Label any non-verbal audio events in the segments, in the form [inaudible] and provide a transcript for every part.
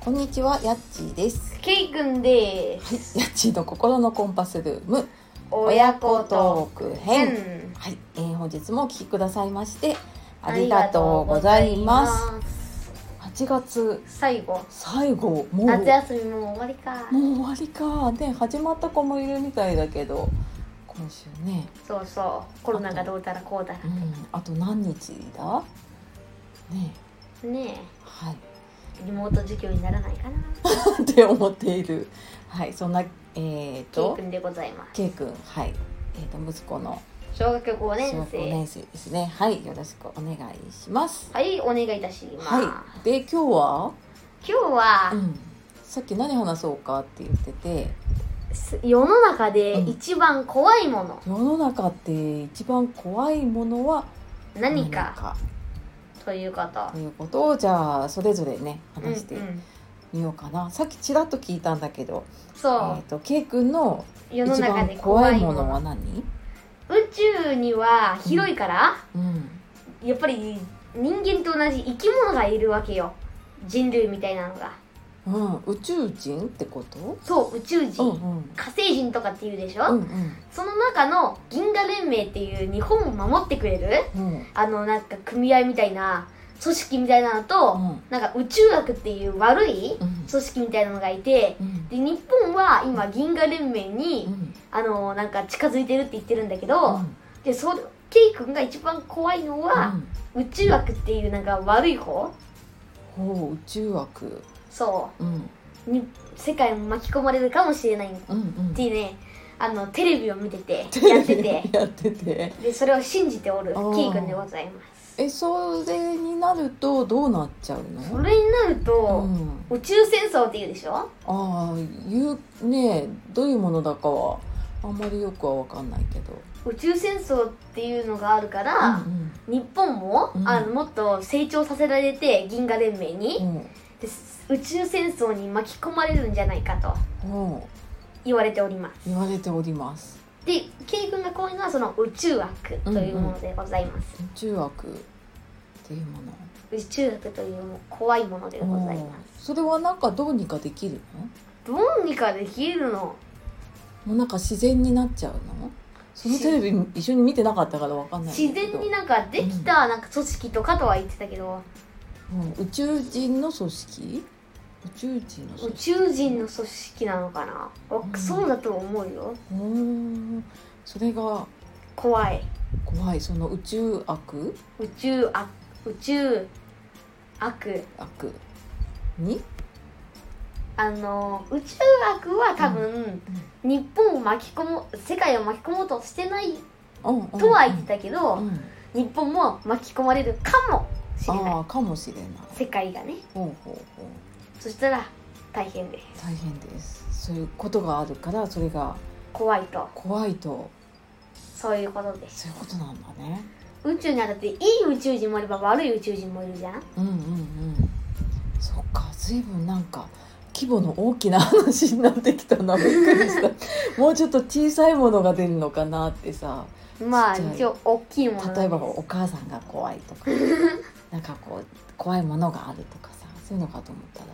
こんにちは、やっちーです。ケイくんではいす。、やっちーの心のコンパスルーム親子親と子トーク編。変はい、えー本日もお聞きくださいましてありがとうございます。す。 8月最後最後もう夏休みもう終わりか。もう終わりかね始まった子もいるみたいだけど今週ね、そうそうコロナがどうたらこうたうらん、あと何日だねねはいえリモート授業にならないかな。って思っているはいそんなえっ、ケイとくんでございます。ケイ君はいえっ、と息子の小学五小年学5生。年生ですねはいよろしくお願いしますはいお願いいたします。はいで今日は今日はうん、さっき何話そうかって言っててす世の中で一番怖いもの世の中って一番怖いものは何かということと。いうことをじゃあそれぞれねうんう話してん。みようかな、さっきちらっと聞いたんだけど、えそー、と K 君のう世の一中番で怖怖いいもものはの。何宇宙には広いから。うんやっぱり人間と同じ生き物がいるわけよ人類みたいなのがうん、宇宙人ってことそう宇宙人、うんうん火星人とかっていうでしうんょ、うんその中の銀河連盟っていう日本を守ってくれるうんあのなんか組合みたいな組織みたいなのと、うんなんか宇宙学っていう悪いうん組織みたいなのがいてうんで日本は今銀河連盟に、うんあのなんか近づいてるって言ってるんだけど、うんでそれケイ君が一番怖いのは、宇宙学っていうなんか悪い方うんほう宇宙枠そううんに世界も巻き込まれるかもしれないっうんうんていうねあのテレビを見て [laughs] てテ [laughs] やレってビてやっててでそれを信じておるあーキー君でございますえそれになるとどうなっちゃうその、れになるうと、ん、宇宙戦争っていうでしょああいうねえどういうものだかはあんまりよくは分かんないけど宇宙戦争っていうのがあるから、うん日本も、うんあのもっと成長させられて銀河連盟に、うんで宇宙戦争に巻き込まれるんじゃないかとうんうん言われております言われておりますでケイ君が怖いのはその宇宙枠というものでございます、宇宙枠っていうもの宇宙学という怖いものでござういますんそれはなんかどうにかできるのどうにかできるのもうなんか自然になっちゃうのそのテレビ一緒に見てなかったから分かんないん自だけど然になんかできたなんか組織とかとは言ってたけどうん、宇宙人の組織宇宙人の組宇織宙人の組織なのかな、わうんそうだと思うようんそれが怖い怖いその宇宙悪宇宙あ宇宙悪悪にあの宇宙悪は多分、日本を巻き込もう世界を巻き込もうとしてないととは言ってたけど、うん、日本も巻き込まれるかもしれないああかもしれない世界がねほうほうほうそしたら大変です大変ですそういうことがあるからそれが怖いと怖いとそういうことでそすういうことなんだね宇宙にはだっていい宇宙人もいれば悪い宇宙人もいるじゃんうんうんうんそっか随分なんか規模の大きな話になってきたなびっくりした [laughs] もうちょっと小さいものが出るのかなってさまあちっちゃい一応大きいもの例えばお母さんが怖いと [laughs] かなんかこう怖いものがあるとかさそういうのかと思ったら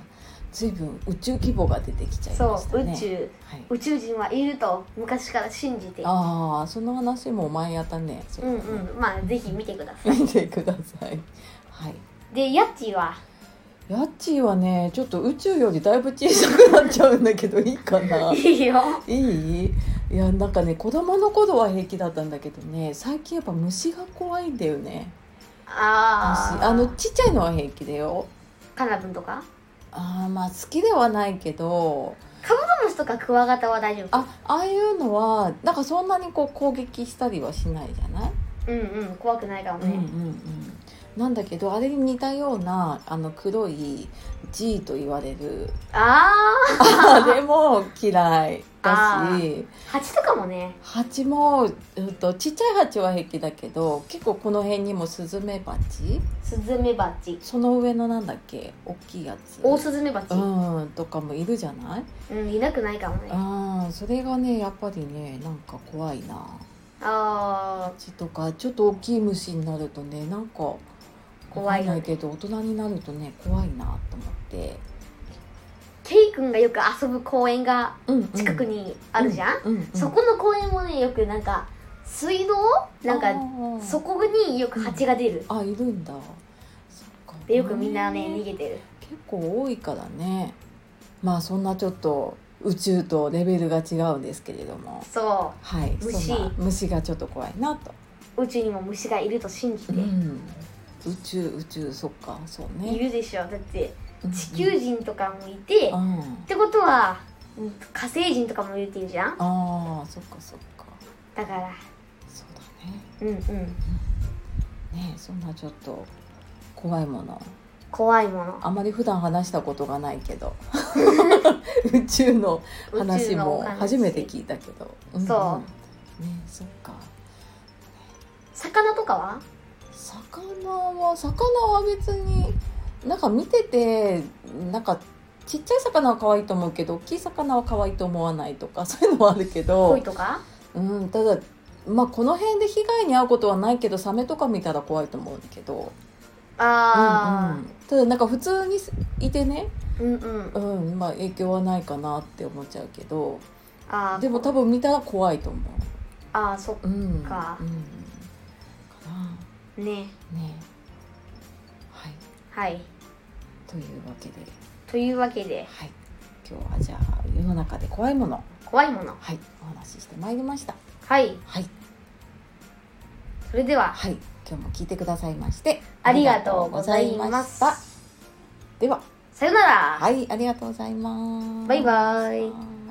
随分宇宙規模が出てきちゃいまそしたうね宇宙はい、宇宙人はいると昔から信じているああその話も前やったね。そうれんうんまあぜひ見てくださ見てください。はい。いでヤッチーはヤッチーはねちょっと宇宙よりだいぶ小さくなっちゃうんだけどいいかな。い [laughs] いいよい？いやなんかね子供の頃は平気だったんだけどね最近やっぱ虫が怖いんだよね。あ虫ああのちっちゃいのは平気だよ。カナブンとかあーまあ好きではないけどカモスとかクワガタは大丈夫あああいうのはなんかそんなにこう攻撃したりはしないじゃないうんうん怖くないかもうんうんうね、ん、なんだけどあれに似たようなあの黒い G と言われ [laughs] るあああれも嫌いだあしハチとかもね蜂も、うん、とちっちゃい蜂は平気だけど結構この辺にもスズメバチスズメバチその上のなんだっけ大きいやつオオスズメバチ、うんとかもいるじゃないうん、いなくないかもねうんそれがねやっぱりねなんか怖いなあ蜂とかちょっと大きい虫になるとねなんか怖いわかよねんないけど大人になるとね怖いなと思って。ケイ君がよく遊ぶ公園がうん近くにあるじゃん、うんうんそこの公園もねよくなんか水道なんあかーそこによく蜂が出るあいるんだそっかでよくみんなねうん逃げてる結構多いからねまあそんなちょっと宇宙とレベルが違うんですけれどもそはい虫そんな虫がちょっと怖いなと、う宇宙にも虫がいると信じて、うん、宇宙宇宙そっかそういねるでしょだってうん地球人とかもいて、うっんうんてことはうん火星人とかもいるっていうじゃんああそっかそっかだからそうだねうんうんねえそんなちょっと怖いもの怖いものあまり普段話したことがないけ [laughs] ど宇宙の話も初めてい聞いたけど、うそんねえそっか魚とかは魚は魚は別になんか見ててなんかちっちゃい魚は可愛いと思うけど大きい魚は可愛いと思わないとかそういうのはあるけど鯉とかうん、ただ、まあ、この辺で被害に遭うことはないけどサメとか見たら怖いと思うんだけど、うんうあん、ただなんか普通にいてね、あ、うん、うんうんうんまあ、影響はないかなって思っちゃうけどあーでも多分見たら怖いと思ああそっう。うん、かうん、かなねねはいはいというわけで、というわけではい、今日はじゃあ世の中で怖いもの、怖いものはい、お話ししてまいりました。はいはい、それでははい、今日も聞いてくださいましてありがとうございありまがとうございすしたでは。さよなら、はい、ありがとうございます。バイバイイ